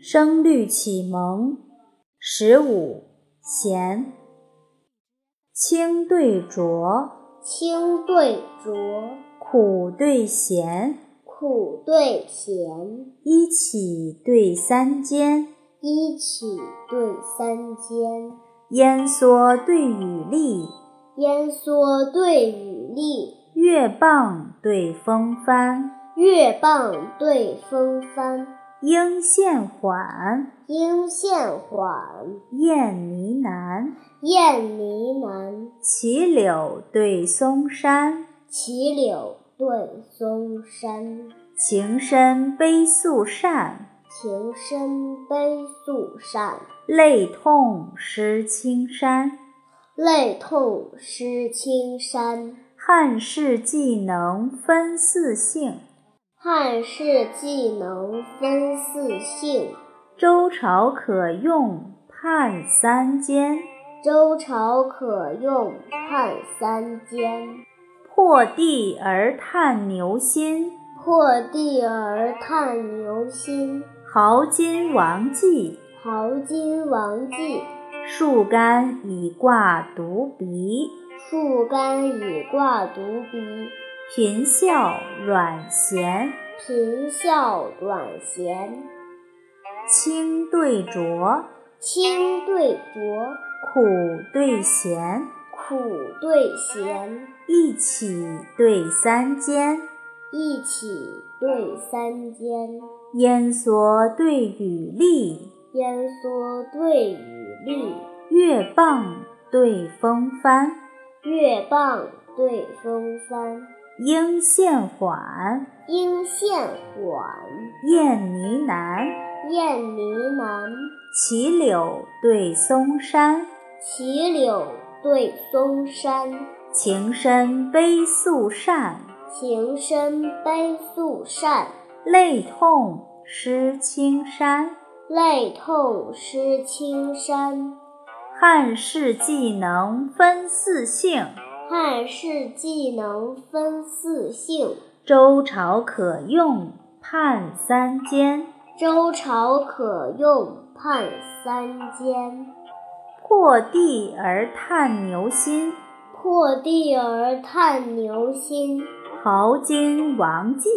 声律启蒙十五弦，清对浊，清对浊，苦对咸，苦对甜，一起对三间，一起对三间，烟蓑对雨笠，烟蓑对雨笠，月棒对风帆，月棒对风帆，应县缓，应县缓，燕呢喃，燕呢喃，骑柳对松山，骑柳对松山，情深悲宿扇，情深悲宿扇，泪痛湿青衫。泪痛失青山。汉室技能分四性，汉室技能分四性，周朝可用判三监。周朝可用判三监。破地而探牛心，破地而探牛心，豪金王绩，豪金王绩。树干以挂独鼻。树干以挂独鼻，频笑阮咸，频笑阮咸。清对浊，清对浊，苦对咸，苦对咸，一起对三间，一起对三间。烟蓑对雨笠，烟蓑对雨笠，月棒对风帆。月棒对风帆，应县缓，应县缓。燕呢喃，燕呢喃，骑柳对松山，骑柳对松山，情深悲宿扇，情深悲宿扇，泪痛湿青衫。泪痛失青山。汉室技能分四性，汉室技能分四性，周朝可用判三监。周朝可用判三监。破地而探牛心，破地而探牛心，豪金王绩。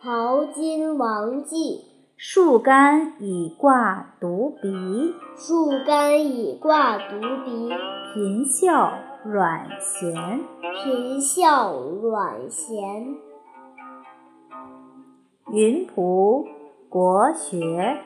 豪金王绩。树干以挂独鼻，树干以挂独鼻，频笑阮咸。频笑阮咸。云仆国学。